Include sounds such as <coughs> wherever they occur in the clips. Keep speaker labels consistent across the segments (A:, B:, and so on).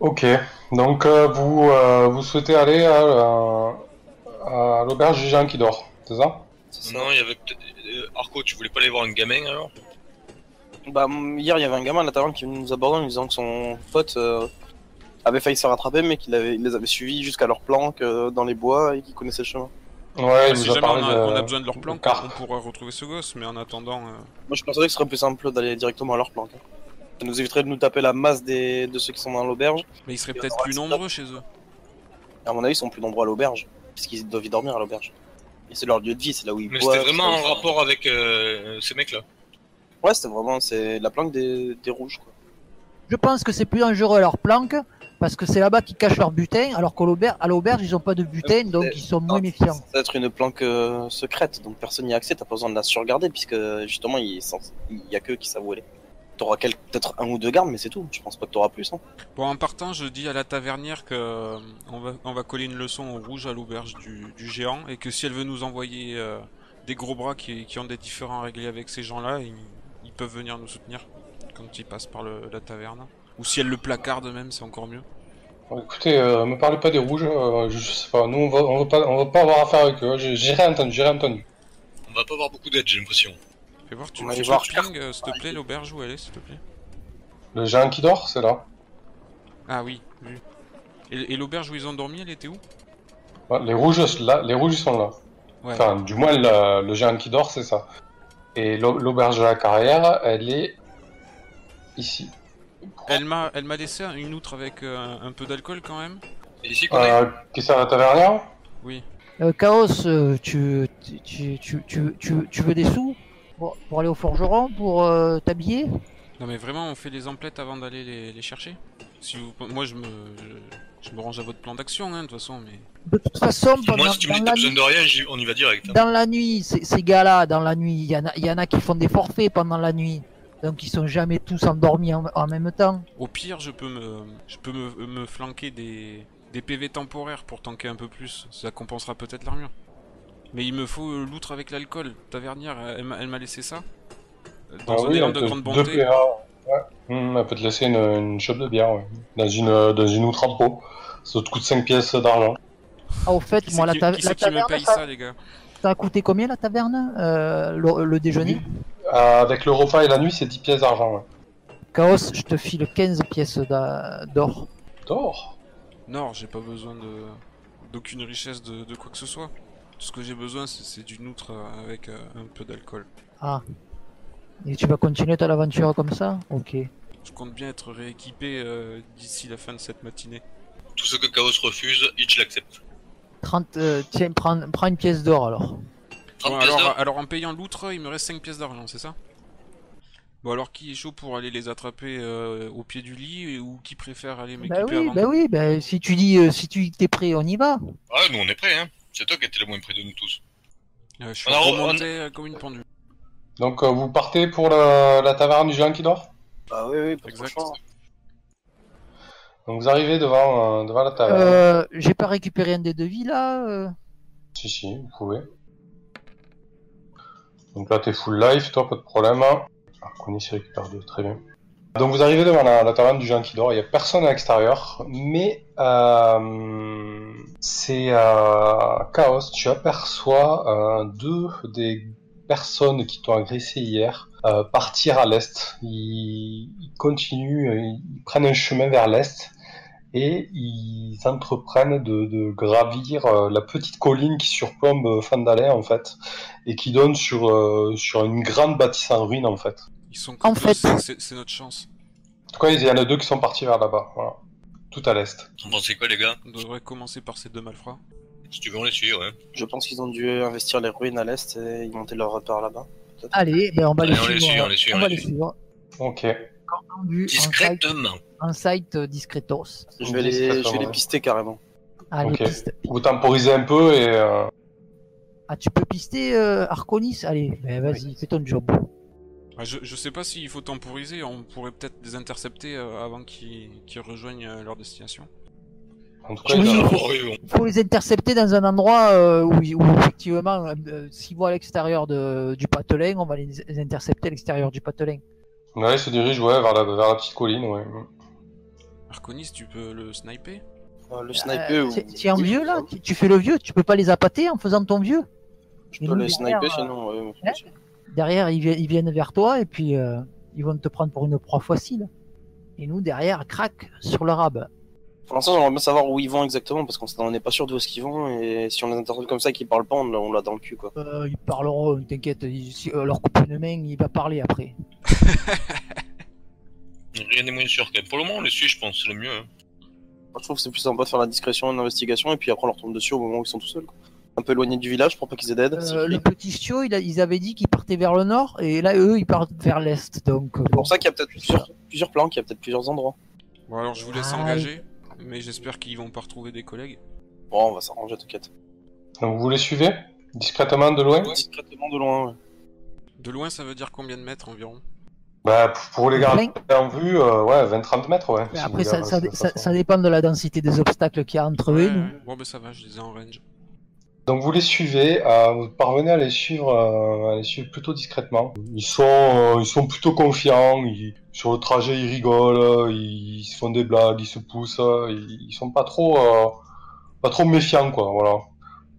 A: Ok, donc euh, vous, euh, vous souhaitez aller à, la- à l'auberge du géant qui dort, c'est ça
B: Non, Non, il y avait peut-être. euh, Arco, tu voulais pas aller voir un gamin alors
C: Bah, m- hier, il y avait un gamin à la taverne qui nous abordait en nous disant que son pote euh, avait failli se rattraper, mais qu'il avait, il les avait suivis jusqu'à leur planque euh, dans les bois et qu'il connaissait le chemin.
A: Ouais, il
D: si
A: nous a
D: jamais
A: parlé
D: on a, on a
A: de...
D: besoin de leur plan,
A: carte.
D: on pourra retrouver ce gosse, mais en attendant. euh,
C: Moi, je pensais que ce serait plus simple d'aller directement à leur planque. hein. Ça nous éviterait de nous taper la masse des, de ceux qui sont dans l'auberge.
D: Mais ils seraient
C: Et on
D: peut-être
C: aura
D: plus
C: le stop.
D: nombreux chez eux.
C: Et À mon avis, ils sont plus nombreux à l'auberge, puisqu'ils doivent y dormir à l'auberge. Et c'est leur lieu de vie, c'est là où ils
B: Mais
C: boivent.
B: c'était vraiment
C: c'est
B: en
C: là où ils-
B: rapport avec euh, ces mecs là.
C: Ouais, c'était vraiment c'est la planque des, des rouges, quoi.
E: Je pense que c'est plus dangereux leur planque, parce que c'est là-bas qu'ils cachent leur butin, alors qu'à l'auberge, à l'auberge, ils ont pas de butin, donc ils sont moins
C: Ah,
E: méfiants.
C: Ça va être une planque euh, secrète, donc personne n'y a accès, t'as pas besoin de la surgarder, puisque justement, il est censé- il y a que qui savent où elle est. T'auras quel- peut-être un ou deux gardes, mais c'est tout. Je pense pas que t'auras plus. Hein.
D: Bon, en partant, je dis à la tavernière que euh, on va, on va coller une leçon au rouge à l'auberge du, du géant et que si elle veut nous envoyer euh, des gros bras qui, qui ont des différends réglés avec ces gens-là, ils, ils peuvent venir nous soutenir quand ils passent par le- la taverne. Ou si elle le placarde même, c'est encore mieux.
A: Écoutez, euh, me parlez pas des rouges, euh, je, je sais pas, nous on va, on va pas, on va pas avoir affaire avec eux, j'ai j'ai rien entendu, j'ai rien entendu.
B: On va pas avoir beaucoup d'aide, j'ai l'impression.
D: Fais voir,
C: On
D: tu, tu
C: va aller
D: peux
C: voir
D: ping, euh, s'il te plaît, l'auberge où elle est, s'il te plaît.
A: Le géant qui dort, c'est là.
D: Ah oui, oui. Et, et l'auberge où ils ont dormi, elle était où
A: Ouais, Les rouges, c'est là, les rouges ils sont là.
D: Ouais.
A: Enfin, du moins le, le géant qui dort, c'est ça. Et l'au- l'auberge de la carrière, elle est ici.
D: Elle m'a, elle m'a laissé une outre avec euh, un peu d'alcool quand même.
B: Et ici qu'on est
A: Euh, qui c'est à la hein tavernière
D: Oui.
E: Euh, Chaos, euh, tu, tu, tu, tu, tu, tu veux des sous pour, pour aller au forgeron, pour euh, t'habiller
D: Non mais vraiment, on fait les emplettes avant d'aller les, les chercher. Si vous, moi je me, je, je me range à votre plan d'action, hein, de toute façon. Mais
E: De toute façon, pendant,
B: Moi, si tu me dis que t'as
E: dans la
B: besoin
E: nuit,
B: de rien, j'y- on y va direct. hein.
E: dans la nuit, ces, ces gars-là, dans la nuit, il y, en a- il y en a qui font des forfaits pendant la nuit. Donc ils sont jamais tous endormis en, en même temps.
D: au pire, je peux me, je peux me, me flanquer des, des PV temporaires pour tanker un peu plus. Ça compensera peut-être l'armure. Mais il me faut euh, l'outre avec l'alcool. Tavernière, elle, m'a- elle m'a laissé ça. Dans
A: Ah
D: un
A: oui,
D: élan
A: elle
D: de
A: peut-
D: grande
A: deux
D: bonté.
A: PA, ouais. Hmm, elle peut te laisser une, une chope de bière, ouais. Dans une, euh, dans une outre à peau. Ça te coûte 5 pièces d'argent.
E: Ah, au fait,
D: Qui c'est
E: moi, la,
D: qui,
E: ta-
D: qui
E: la
D: c'est qui me
E: taverne,
D: paye
E: ça,
D: ça, les gars
E: ça a coûté combien la taverne Euh, le, le déjeuner
A: Euh, avec le repas et la nuit, c'est 10 pièces d'argent, ouais.
E: Chaos, je te file 15 pièces d'a- d'or.
A: D'or
D: Non, j'ai pas besoin de d'aucune richesse de, de quoi que ce soit. Tout ce que j'ai besoin, c'est c'est d'une outre euh, avec euh, un peu d'alcool.
E: Et tu vas continuer ton aventure comme ça Ok.
D: Je compte bien être rééquipé euh, d'ici la fin de cette matinée.
B: Tout ce que Chaos refuse, Hitch l'accepte.
E: 30, euh, tiens, prends, prends une pièce d'or alors.
B: 30
D: Bon,
B: pièces
D: alors,
B: d'or
D: alors en payant l'outre, il me reste 5 pièces d'argent, c'est ça Bon alors qui est chaud pour aller les attraper euh, au pied du lit et- ou qui préfère aller
E: Bah
D: m'équiper
E: oui,
D: avant
E: bah oui, bah si tu dis, euh, si tu t'es prêt, on y va.
B: Ah, nous on est prêts, hein. C'est toi qui étais le moins près de nous tous.
D: Euh, Je suis
B: On a re-
D: remonté euh, comme une pendule.
A: Donc euh, vous partez pour la, la taverne du géant qui dort
C: Bah oui, oui, pas trop
D: Exact.
C: le choix.
A: Donc vous arrivez devant, euh, devant
B: Ah.
A: la taverne.
E: Euh, J'ai pas récupéré un des devis là. euh.
A: Si, si, vous pouvez. Donc là, t'es full life, toi, pas de problème. hein. Arconis il récupère deux, très bien. Donc vous arrivez devant la, la taverne du géant qui dort, il n'y a personne à l'extérieur, mais euh, c'est euh, chaos. Tu aperçois euh, deux des personnes qui t'ont agressé hier euh, partir à l'est. Ils, ils continuent, euh, ils prennent un chemin vers l'est et ils entreprennent de, de gravir euh, la petite colline qui surplombe euh, Fandalais en fait et qui donne sur euh, sur une grande bâtisse en ruine en fait.
D: Ils sont
E: En
D: comme nous,
E: fait-
D: c'est- c'est c'est notre chance.
A: En tout cas, il y en a deux qui sont partis vers là-bas, voilà, tout à l'est.
B: Vous pensez quoi, les gars
D: On devrait commencer par ces deux malfrats.
B: Si tu veux, on les suit, ouais.
C: Je pense qu'ils ont dû investir les ruines à l'est et ils montaient leur repère là-bas.
E: Allez, ben on va
B: Allez,
E: les
B: on
E: suivre.
B: les suit, on les suit,
E: on
B: on
E: va
B: les
E: les suivre.
A: Ok.
E: En vue, en site,
B: Discrètement.
E: en site, euh, discretos.
C: Je vais
A: Oui, c'est
C: les,
A: ça,
C: je vais les
A: ouais.
C: pister carrément.
E: Allez,
A: Ok.
E: piste.
A: Vous temporisez un peu et euh,
E: Ah, tu peux pister euh, Arconis Allez, ben vas-y, fais ton job.
D: Ah, je, je sais pas s'il faut temporiser, on pourrait peut-être les intercepter euh, avant qu'ils qu'ils rejoignent euh, leur destination.
A: en tout cas,
B: Ouais,
E: Oui,
A: il
B: bah,
A: a-
E: faut-
B: oh, oui, on-
E: Il faut les intercepter dans un endroit euh, où, ils- où effectivement, euh, euh, s'ils vont à l'extérieur de- du patelin, on va les les intercepter à l'extérieur du patelin.
A: Ouais, il se dirige ouais vers la vers la petite colline. Ouais.
D: Arconis, tu peux le sniper
C: Euh, le
E: Euh,
C: sniper. ou-
E: c'est- c'est un vieux là tu, tu fais le vieux, tu peux pas les appâter en faisant ton vieux.
C: Je
E: Mais
C: peux
E: nous,
C: les
E: derrière,
C: sniper sinon. ouais, ouais,
E: euh, ouais. Derrière, ils, vi- ils viennent vers toi et puis euh, ils vont te prendre pour une proie facile. Et nous, derrière, crac sur le rab.
C: Pour l'instant, j'aimerais bien savoir où ils vont exactement parce qu'on n'est pas sûr d'où est-ce qu'ils vont et si on les interroge comme ça et qu'ils parlent pas, on l'a- on l'a dans le cul quoi.
E: Euh, ils parleront, t'inquiète, ils- si on leur coupe une main, il va parler après.
B: Rien n'est moins sûr quand même. Pour le moment, on les suit, je pense, c'est le mieux. hein.
C: Moi, je trouve que c'est plus sympa de faire la discrétion, l'investigation et puis après on leur tombe dessus au moment où ils sont tout seuls. Quoi. Un peu éloigné du village pour pas qu'ils aient d'aide.
E: Euh,
C: Bah, C'est
E: le petit chiot, il a- ils avaient dit qu'ils partaient vers le nord et là, eux, ils partent vers l'est. Donc, euh, bon.
C: pour ça qu'il y a peut-être plusieurs, plusieurs plans, qu'il y a peut-être plusieurs endroits.
D: Bon, alors je vous laisse
E: Ah,
D: engager, mais j'espère qu'ils vont pas retrouver des collègues.
C: Bon, on va s'arranger, t'inquiète.
A: Donc vous les suivez discrètement de loin
C: Discrètement de loin, ouais.
D: De loin, ça veut dire combien de mètres environ
A: Bah, p- pour les garder en vue, euh, ouais, 20-30 mètres, ouais.
E: Mais
A: si
E: après,
A: vous
E: ça,
A: avez-
E: ça-
A: de toute
E: ça-
A: façon.
E: ça dépend de la densité des obstacles qu'il y a entre eux et
D: Ouais,
E: nous.
D: ouais. Bon, bah ça va, je les ai en range.
A: Donc vous les suivez, euh, vous parvenez à les suivre, euh, à les suivre plutôt discrètement. Ils sont, euh, ils sont plutôt confiants. ils- sur le trajet, ils rigolent, euh, ils, se font des blagues, ils se poussent. euh, Ils, ils sont pas trop, euh, pas trop méfiants, quoi. Voilà.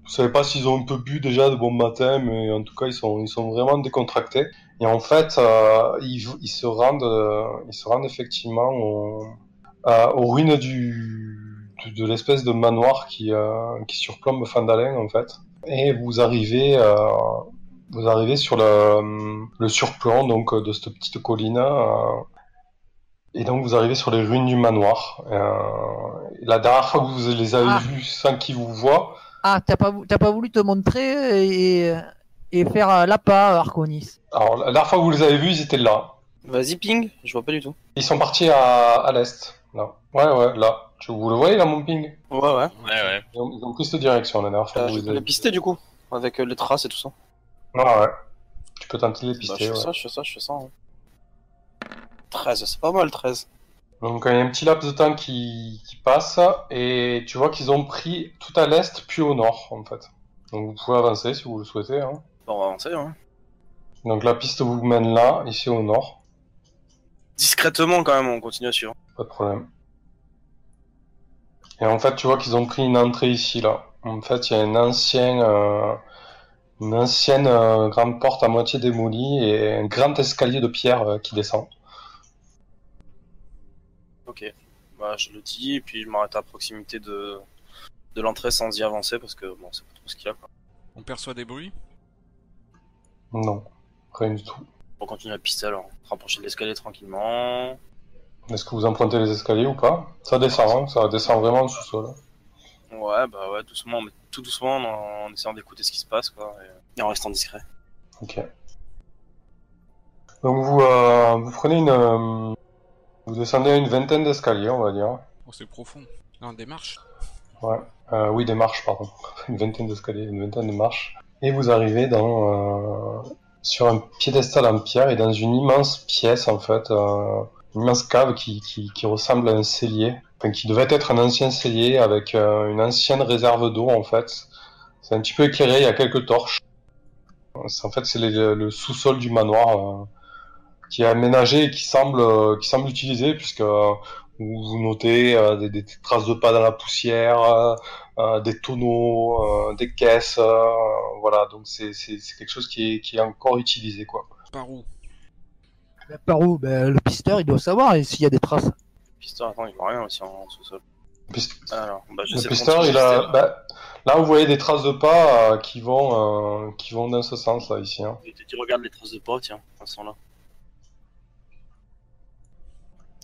A: Vous savez pas s'ils ont un peu bu déjà de bon matin, mais en tout cas, ils sont, ils sont vraiment décontractés. Et en fait, euh, ils, ils se rendent, euh, ils se rendent effectivement au- à- euh, aux ruines du, de, de l'espèce de manoir qui, euh, qui surplombe Fandalin en fait. Et vous arrivez, euh, vous arrivez sur le, le surplomb donc euh, de cette petite colline. euh, et donc vous arrivez sur les ruines du manoir. Euh, la dernière fois que vous les avez
E: Ah.
A: vus sans qu'ils vous voient,
E: Ah, t'as pas, vou- t'as pas voulu te montrer et, et faire euh, l'appât, Arconis.
A: alors la dernière fois que vous les avez vus, ils étaient là.
C: Vas-y, ping, je vois pas du tout.
A: Ils sont partis à, à l'est. Là. Ouais ouais là. Tu, vous le voyez là mon ping
C: Ouais, ouais.
B: Ouais, ouais.
A: ils ont, ils ont pris cette direction la dernière fois.
C: Euh,
A: que vous
C: je
A: les
C: peux
A: avez
C: les pister du coup, avec euh, les traces et tout ça.
A: Ah ouais. Tu peux tenter de les
C: Bah,
A: pister,
C: je fais
A: ouais.
C: ça, je fais ça, je fais ça. ouais. 13, c'est pas mal 13.
A: Donc il y a un petit laps de temps qui, qui passe et tu vois qu'ils ont pris tout à l'est puis au nord en fait. Donc vous pouvez avancer si vous le souhaitez. hein.
C: Bon, on va avancer, hein.
A: Donc la piste vous mène là, ici au nord,
C: Discrètement quand même, on continue à suivre.
A: pas de problème. Et en fait tu vois qu'ils ont pris une entrée ici là. En fait il y a une ancienne, euh, une ancienne euh, grande porte à moitié démolie et un grand escalier de pierre euh, qui descend.
C: Ok. Bah, je le dis, et puis je m'arrête à proximité de, de l'entrée sans y avancer parce que bon, c'est pas trop ce qu'il y a. Quoi.
D: On perçoit des bruits
A: Non, rien du tout.
C: On continue à pister alors. Rapprocher de l'escalier tranquillement.
A: Est-ce que vous empruntez les escaliers ou pas Ça descend, hein, ça descend vraiment en sous-sol.
C: Ouais, bah ouais, doucement, mais tout doucement en, en essayant d'écouter ce qui se passe quoi. Et, et en restant discret.
A: Ok. Donc vous, euh, vous prenez une... euh, vous descendez à une vingtaine d'escaliers, on va dire.
D: Oh, c'est profond. Non, des marches.
A: Ouais. Euh, oui, des marches, pardon. <laughs> Une vingtaine d'escaliers, une vingtaine de marches. Et vous arrivez dans, euh, sur un piédestal en pierre et dans une immense pièce, en fait. euh, une immense cave qui, qui, qui ressemble à un cellier. Enfin, qui devait être un ancien cellier avec euh, une ancienne réserve d'eau, en fait. C'est un petit peu éclairé, il y a quelques torches. C'est- En fait, c'est les- le sous-sol du manoir euh, qui est aménagé et qui semble, euh, qui semble utilisé, puisque euh, vous vous notez euh, des, des traces de pas dans la poussière, euh, euh, des tonneaux, euh, des caisses, euh, voilà. Donc c'est c'est- c'est quelque chose qui est, qui est encore utilisé, quoi.
D: Par où
E: Ben, Par où ben, Le pisteur, il doit savoir et s'il y a des traces.
C: Pisteur, attends, il voit rien aussi en sous-sol.
A: Le pist-
C: Alors, bah, je
A: le
C: sais
A: pisteur, il a, bah, là vous voyez des traces de pas euh, qui vont, euh, qui vont dans ce sens là ici. hein.
C: Il te dit, regarde les traces de pas, tiens, elles sont là.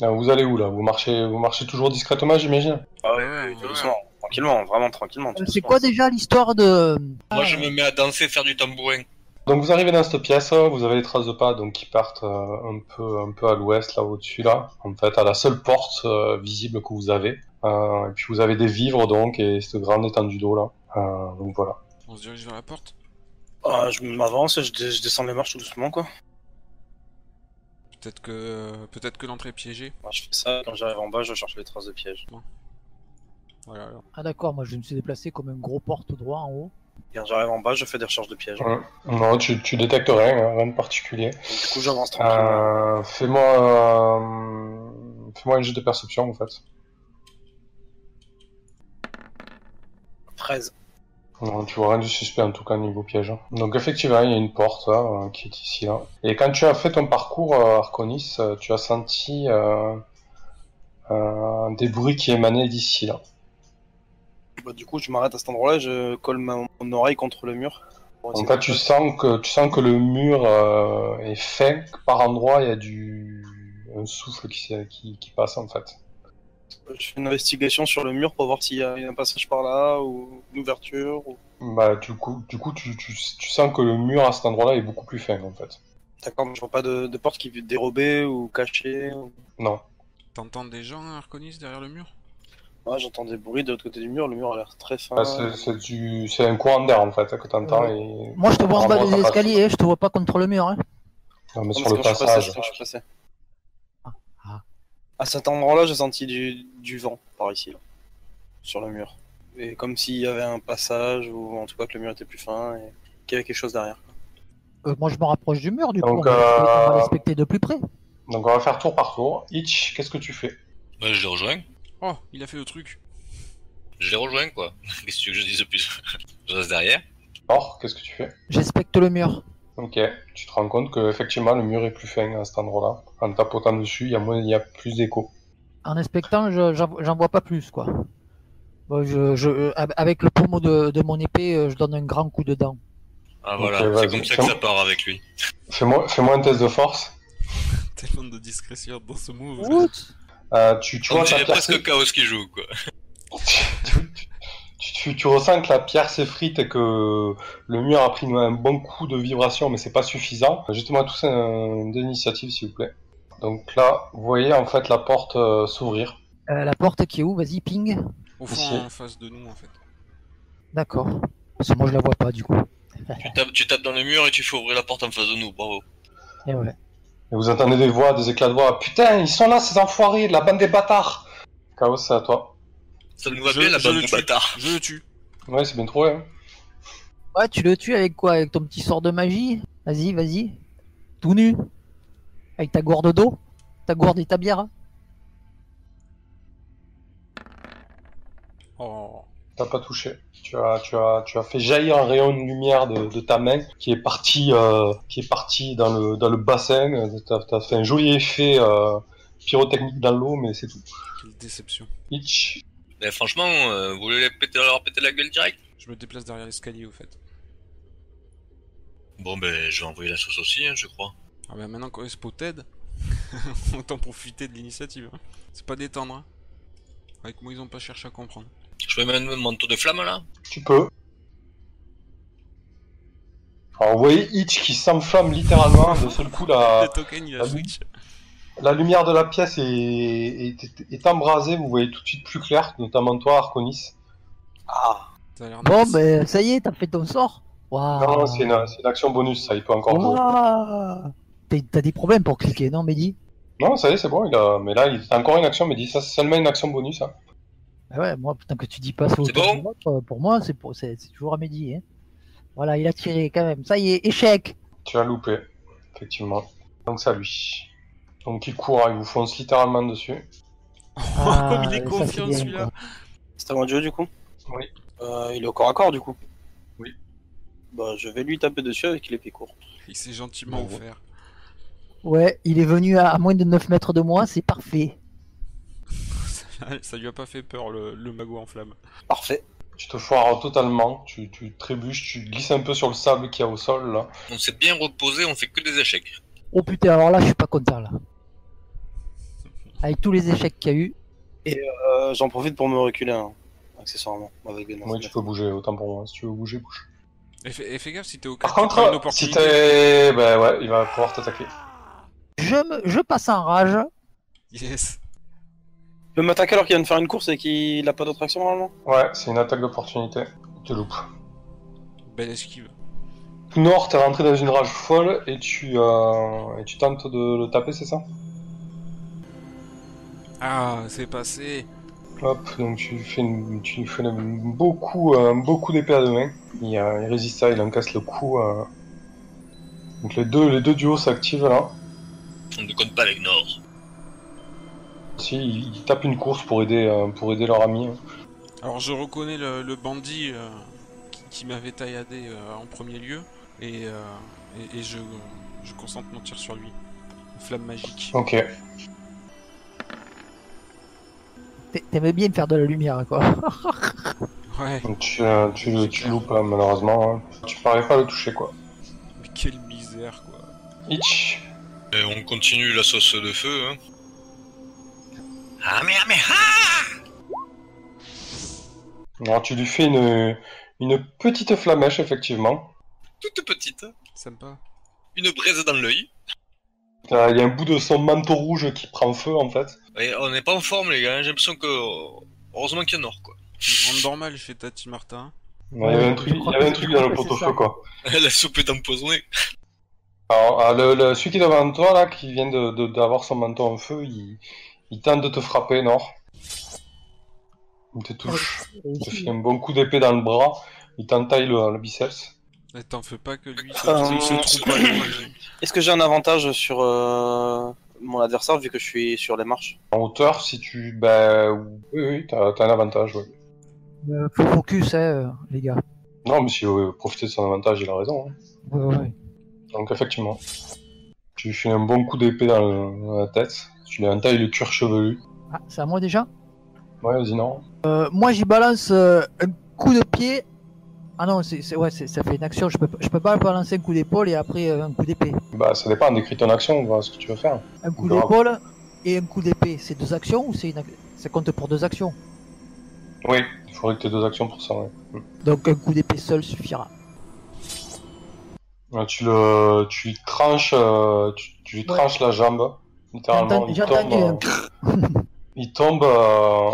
A: Euh, vous allez où là Vous marchez, vous marchez toujours discrètement, j'imagine.
C: Ah ouais,
D: Ouais,
C: ouais,
D: ouais.
C: doucement, tranquillement, vraiment tranquillement. tout
E: Euh, C'est
C: doucement.
E: quoi déjà l'histoire de.
B: Moi,
E: Ah.
B: je me mets à danser, faire du tambourin.
A: Donc vous arrivez dans cette pièce, vous avez les traces de pas donc qui partent euh, un peu un peu à l'ouest là au-dessus là, en fait à la seule porte euh, visible que vous avez. Euh, et puis vous avez des vivres donc et cette grande étendue d'eau là. Euh, donc voilà.
D: On se dirige vers la porte
C: Ah, je m'avance, je, dé- je descends les marches tout doucement, quoi.
D: Peut-être que euh, peut-être que l'entrée est piégée.
C: Moi, Bah, je fais ça, quand j'arrive en bas, je cherche les traces de piège.
D: Voilà. alors.
E: Ah, d'accord, moi je me suis déplacé comme un gros porte droit en haut.
C: Quand j'arrive en bas, je fais des recherches de piège.
A: Ouais. Non, tu, tu détectes rien, hein, rien de particulier.
C: Donc, du coup, j'avance tranquillement.
A: Euh, fais-moi, euh, fais-moi un jeu de perception en fait.
C: 13.
A: Non, tu vois rien du suspect en tout cas niveau piège. hein. Donc effectivement, il y a une porte là, euh, qui est ici là. Et quand tu as fait ton parcours euh, Arconis, euh, tu as senti euh, euh, des bruits qui émanaient d'ici là.
C: Bah, du coup, je m'arrête à cet endroit-là, je colle ma- mon oreille contre le mur. Bon,
A: En
C: c'est
A: fait, tu sens que tu sens que le mur euh, est fin, que par endroit il y a du un souffle qui, s'est- qui, qui passe en fait.
C: Je fais une investigation sur le mur pour voir s'il y a un passage par là ou une ouverture. Ou...
A: Bah du coup, du coup, tu, tu, tu sens que le mur à cet endroit-là est beaucoup plus fin en fait.
C: D'accord, mais je vois pas de, de porte qui est dérobée ou cachée. ou-
A: Non.
C: Euh.
D: T'entends des gens, Arconis, derrière le mur
C: Ouais, Ah, j'entends des bruits de l'autre côté du mur, le mur a l'air très fin.
A: Bah, c'est- c'est du c'est un courant d'air en fait hein, que t'entends et
E: Moi, je te vois en bas
A: Bravo,
E: des
A: t'as pas-
E: escaliers, je te vois pas contre le mur. Hein.
A: Non, mais
C: Non,
A: sur
C: parce
A: le
C: que quand je suis passé,
A: passage.
C: c'est quand je suis passé.
E: Ah. Ah.
C: À cet endroit-là, j'ai senti du, du vent par ici, là, sur le mur. Et comme s'il y avait un passage, ou en tout cas que le mur était plus fin et qu'il y avait quelque chose derrière.
E: Euh, moi, je me rapproche du mur, du
A: Donc,
E: coup, on va-
A: euh,
E: on va l'inspecter de plus près.
A: Donc on va faire tour par tour. Itch, qu'est-ce que tu fais
B: Bah, je les rejoins.
D: Oh, il a fait le truc.
B: Je les rejoins, quoi. <laughs> Qu'est-ce que tu veux que je dise de plus Je reste derrière.
A: Or, qu'est-ce que tu fais
E: J'inspecte le mur.
A: Ok, tu te rends compte que effectivement le mur est plus fin à cet endroit-là. En tapotant dessus, il y a moins, il y a plus d'écho.
E: En inspectant, je- j'en j'en vois pas plus, quoi. Bon, je, je, euh, ab- avec le pommeau de, de mon épée, euh, je donne un grand coup dedans.
B: Ah,
A: Ok,
B: voilà.
A: euh, vas-y.
B: c'est comme ça que ça part avec lui.
A: Fais-moi, fais-moi un test de force.
D: <laughs> Tellement de discrétion dans ce move.
A: Euh, tu, tu
B: On
A: vois que
B: dirait
A: la pierre
B: presque Chaos qui joue, quoi.
A: s'est- tu, tu- tu- tu ressens que la pierre s'effrite et que le mur a pris un bon coup de vibration, mais c'est pas suffisant. Jetez-moi tous un, d'initiative, s'il vous plaît. Donc là, vous voyez en fait la porte euh, s'ouvrir.
E: Euh, la porte qui est où Vas-y, ping.
D: Au fond,
A: Ici.
D: en face de nous, en fait.
E: D'accord. Parce que moi, je la vois pas, du coup.
B: Tu tapes, tu tapes dans le mur et tu fais ouvrir la porte en face de nous, bravo.
E: Et Eh ouais.
A: Et vous entendez des voix, des éclats de voix. Putain, ils sont là, ces enfoirés, la bande des bâtards. Chaos, c'est à toi.
B: Ça nous va
D: Je-
B: bien, la
D: je
B: bande
D: le
B: de
D: tue.
B: bâtards.
D: Je le tue.
A: Ouais, c'est bien trouvé. Hein.
E: Ouais, tu le tues avec quoi Avec ton petit sort de magie Vas-y, vas-y. Tout nu. Avec ta gourde d'eau Ta gourde et ta bière hein
D: Oh.
A: T'as pas touché. Tu as, tu as, tu as fait jaillir un rayon de lumière de, de ta main qui est parti, euh, qui est parti dans le, dans le bassin. T'as, t'as fait un joli effet euh, pyrotechnique dans l'eau, mais c'est tout.
D: Quelle déception.
A: Itch.
B: Mais franchement, euh, vous voulez les péter, leur péter la gueule direct
D: Je me déplace derrière l'escalier, au fait.
B: Bon, ben, je vais envoyer la sauce aussi, hein, je crois.
D: Ah bah maintenant qu'on est spotted, <laughs> autant profiter de l'initiative. hein. C'est pas détendre. hein. Avec moi, ils ont pas cherché à comprendre.
B: Je peux mettre mon manteau de flamme, là
A: Tu peux. Alors, vous voyez Itch qui s'enflamme littéralement. De seul coup, la,
D: <laughs> Le token, il a
A: ah oui.
D: switch.
A: La lumière de la pièce est, est, est- est embrasée, vous voyez tout de suite plus clair, notamment toi, Arconis.
C: Ah
D: Ça a l'air
E: Bon,
D: nice.
E: ben, ça y est, t'as fait ton sort. Waouh.
A: Non, non, c'est une, c'est une action bonus, ça, il peut
E: Oh.
A: encore.
E: Waouh. T'es- T'as des problèmes pour cliquer, non, Mehdi
A: Non, ça y est, c'est bon, il a... mais là, il a encore une action, mais il dit ça, c'est seulement une action bonus. hein.
E: Ah ouais, moi, tant que tu dis pas ça au
B: C'est
E: tour
B: bon
E: de l'autre, euh, pour moi, c'est pour- c'est c'est toujours à midi. Hein. Voilà, il a tiré quand même. Ça y est, échec.
A: Tu as loupé, effectivement. Donc, ça lui. Donc, il court, hein, il vous fonce littéralement dessus.
E: Ah,
D: <laughs> Comme il est
E: ça,
D: confiant,
E: c'est bien,
D: celui-là.
C: C'était mon dieu, du coup
A: Oui.
C: Euh, il est au corps à corps, du coup
A: Oui.
C: Bah, je vais lui taper dessus avec l'épée courte.
D: Il s'est gentiment
A: Bon.
D: offert. <laughs>
E: Ouais, il est venu à, à moins de 9 mètres de moi, c'est parfait.
D: ça lui a pas fait peur, le, le magot en flamme.
C: Parfait.
A: Tu te foires totalement, tu, tu trébuches, tu glisses un peu sur le sable qu'il y a au sol, là.
B: On s'est bien reposé, on fait que des échecs.
E: Oh putain, alors là, je suis pas content là. Avec tous les échecs qu'il y a eu,
C: Euh, J'en profite pour me reculer, hein, accessoirement, avec des
A: Moi, tu peux bouger, autant pour moi. Si tu veux bouger, bouge.
D: Et fais, et fais gaffe si t'es au cas
A: Par
D: tu prends une
A: contre, si
D: opportunité.
A: t'es. Ben ouais, il va pouvoir t'attaquer.
E: je, me- je passe en rage.
D: Yes.
C: Il peut m'attaquer alors qu'il vient de faire une course et qu'il a pas d'autre action, normalement
A: Ouais, c'est une attaque d'opportunité. Il te loupe.
D: Belle esquive.
A: Nord, t'es rentré dans une rage folle et tu, euh, et tu tentes de le taper, c'est ça
D: Ah, c'est passé.
A: Hop, donc tu fais, une, tu fais un beau coup, un beau coup d'épée à deux mains. Il, euh, il résiste ça, il encaisse le coup. euh. Donc les deux, les deux duos s'activent là.
B: On ne compte pas avec Nord.
A: Si, ils, ils tapent une course pour aider, euh, pour aider leur ami. hein.
D: Ah Alors je reconnais le, le bandit euh, qui, qui m'avait tailladé euh, en premier lieu et, euh, et, et je, je concentre mon tir sur lui. Flamme magique.
A: Ok.
E: T'a- T'aimais bien me faire de la lumière, quoi.
D: Ouais,
A: Donc tu, euh, tu, le- tu loupes hein, malheureusement. hein. Tu parais pas le toucher quoi.
D: mais quelle misère quoi.
A: Itch.
B: Et on continue la sauce de feu, hein. Ah mais ah mais ah
A: Alors tu lui fais une, une petite flamèche effectivement.
B: Toute petite, hein.
D: Sympa.
B: une braise dans l'œil.
A: Euh, Il y a un bout de son manteau rouge qui prend feu en fait.
B: Et on n'est pas en forme les gars, hein. j'ai l'impression que... Heureusement qu'il y a Nord quoi. <laughs>
D: En normal chez Tati Martin.
A: Non, il y avait un
E: Ouais,
A: truc,
E: je crois
A: il y avait
E: que-
A: un truc
E: je
A: dans
E: crois
A: le
E: que c'est
A: pot-au-feu
E: ça.
A: quoi.
B: la soupe est empoisonnée.
A: Alors euh, le, le- celui qui est devant toi là, qui vient d'avoir de, d'avoir son manteau en feu, il, il tente de te frapper, Nord. Il te touche. Il te fait un bon coup d'épée dans le bras. Il t'entaille le, le biceps.
D: Et Eh, T'en fais pas que lui, se,
C: Euh,
D: se trouve pas de magie.
C: Est-ce que j'ai un avantage sur euh, mon adversaire vu que je suis sur les marches
A: En hauteur, si tu... Bah oui, oui, t'as t'as un avantage, ouais.
E: Euh, Faut focus, hein, euh, les gars.
A: Non, mais si vous voulez profiter de son avantage, il a raison. hein.
E: Ouais, ouais.
A: Donc, effectivement, tu lui fais un bon coup d'épée dans, le- dans la tête. Tu lui entailles le cuir chevelu.
E: Ah, c'est à moi déjà
A: Ouais, vas-y, non.
E: Euh, moi, j'y balance euh, un coup de pied. Ah non, c'est, c'est- ouais, c'est- ça fait une action. Je peux, pas- je peux pas balancer un coup d'épaule et après euh, un coup d'épée.
A: Bah, ça dépend, décris ton action, on voit ce que tu veux faire.
E: Un coup
A: Grave.
E: d'épaule et un coup d'épée. C'est deux actions ou c'est une... ac- Ça compte pour deux actions.
A: Oui. Il faudrait que tu aies deux actions pour ça, ouais.
E: Donc un coup d'épée seul suffira.
A: Ouais, tu le... Tu lui tranches... euh, Tu, tu lui
E: Ouais.
A: tranches la jambe. Littéralement,
E: J'entends-
A: il
E: j'entends
A: tombe...
E: un
A: euh, Il tombe... euh,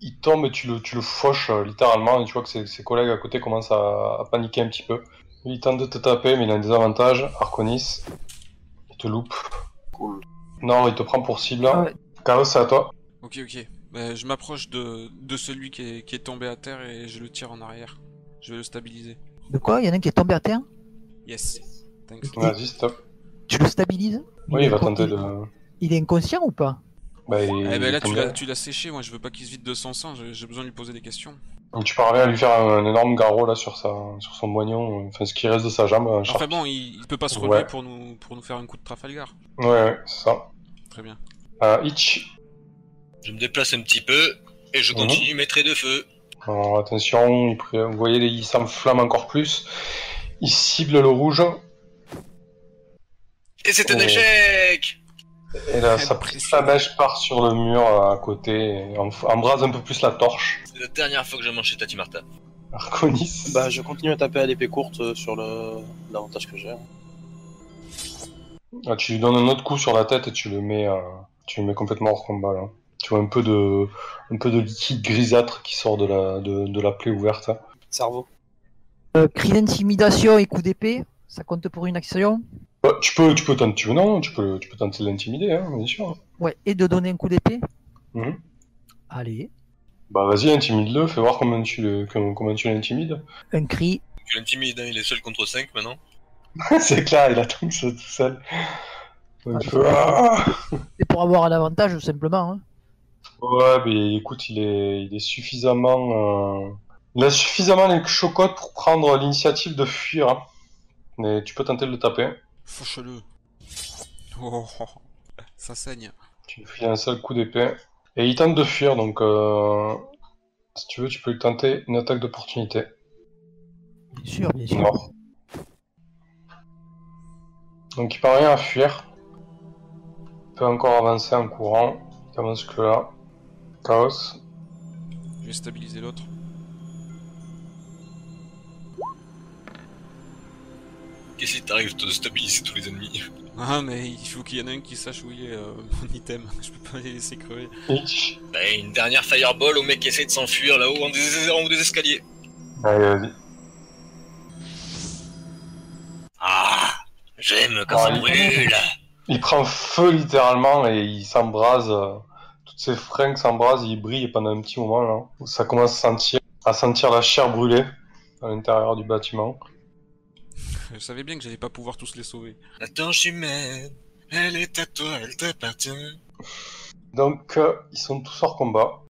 A: Il tombe et tu le, tu le fauches, euh, littéralement. Et tu vois que ses, ses collègues à côté commencent à, à paniquer un petit peu. Il tente de te taper, mais il a un désavantage. Arconis. Il te loupe.
C: Cool.
A: Non, il te prend pour cible.
E: Ah ouais.
A: Chaos, c'est à toi.
D: Ok, ok. Bah, je m'approche de, de celui qui est, qui est tombé à terre et je le tire en arrière. Je vais le stabiliser.
E: De quoi Il y en a un qui est tombé à terre
D: Yes. Thanks.
E: Oui.
A: Vas-y, stop.
E: Tu le stabilises
A: Oui, il va
E: est con-
A: tenter de.
E: Il est inconscient ou pas
A: Bah, il...
D: Eh ben là, tu
A: il-
D: l'as, tu l'as séché, moi je veux pas qu'il se vide de son sang, j'ai j'ai besoin de lui poser des questions.
A: Donc, tu parviens à lui faire un, un énorme garrot là sur, sa... sur son moignon, enfin ce qui reste de sa jambe. euh, un
D: Enfin
A: charpie.
D: bon, il, il peut pas se relever
A: Ouais.
D: pour, nous, pour nous faire un coup de Trafalgar.
A: Ouais, ouais, c'est ça.
D: Très bien.
A: Euh, Itch.
B: <coughs> Je me déplace un petit peu et je
A: Mhm.
B: continue mes traits de feu.
A: Alors, attention, il pr- vous voyez, il s'enflamme encore plus. Il cible le rouge.
B: Et c'est un
A: Oh.
B: échec
A: Et là,
D: Très
A: sa,
D: précis.
A: sa mèche part sur le mur euh, à côté et enf- embrase un peu plus la torche.
B: C'est la dernière fois que j'ai mangé Tati Marta.
A: Arconis.
C: Bah je continue à taper à l'épée courte euh, sur le l'avantage que j'ai. hein.
A: Ah, tu lui donnes un autre coup sur la tête et tu le mets, euh, tu le mets complètement hors combat là. Tu vois un peu de, un peu de liquide grisâtre qui sort de la, de, de la plaie ouverte. hein.
C: Cerveau.
E: euh, Cri d'intimidation et coup d'épée, ça compte pour une action
A: Bah, tu peux, tu peux tenter, tu, non, tu peux, tu peux tenter de l'intimider, hein, bien sûr.
E: Ouais, et de donner un coup d'épée
A: Mhm.
E: Allez,
A: Bah vas-y, intimide-le, fais voir comment tu le, comment, comment tu l'intimides.
E: un cri.
B: Tu l'intimides, hein, il est seul contre 5 maintenant.
A: <laughs> C'est clair, il attend que ça tout seul. Donc, il fait, Ah
E: C'est pour avoir un avantage simplement. hein.
A: Ouais, mais écoute, il est, il est suffisamment, euh, il a suffisamment les chocottes pour prendre l'initiative de fuir. hein. Mais tu peux tenter de le taper.
D: Fauche-le. Oh, oh, oh. ça saigne.
A: Tu lui files un seul coup d'épée. Et il tente de fuir, donc euh, si tu veux, tu peux lui tenter une attaque d'opportunité.
E: Bien sûr, bien sûr.
A: Mort. Donc il parvient à fuir. Il peut encore avancer en courant. Il avance que là. Chaos.
D: Je vais stabiliser l'autre.
B: Qu'est-ce qui t'arrive de stabiliser tous les ennemis
D: Ah, mais il faut qu'il y en ait un qui sache où il est euh, mon item. <laughs> Je peux pas les laisser crever.
A: Itch.
B: Bah, une dernière fireball au mec qui essaie de s'enfuir là-haut en, des- en haut des escaliers.
A: Allez, vas-y.
B: Ah J'aime quand
A: Ah,
B: ça
A: il-
B: brûle
A: Il prend feu littéralement et il s'embrase. euh, Toutes ses fringues s'embrasent, il brille pendant un petit moment là. Ça commence à sentir, à sentir la chair brûler à l'intérieur du bâtiment.
D: Je savais bien que j'allais pas pouvoir tous les sauver.
B: La torche humaine, elle est à toi, elle t'appartient.
A: Donc euh, ils sont tous hors combat.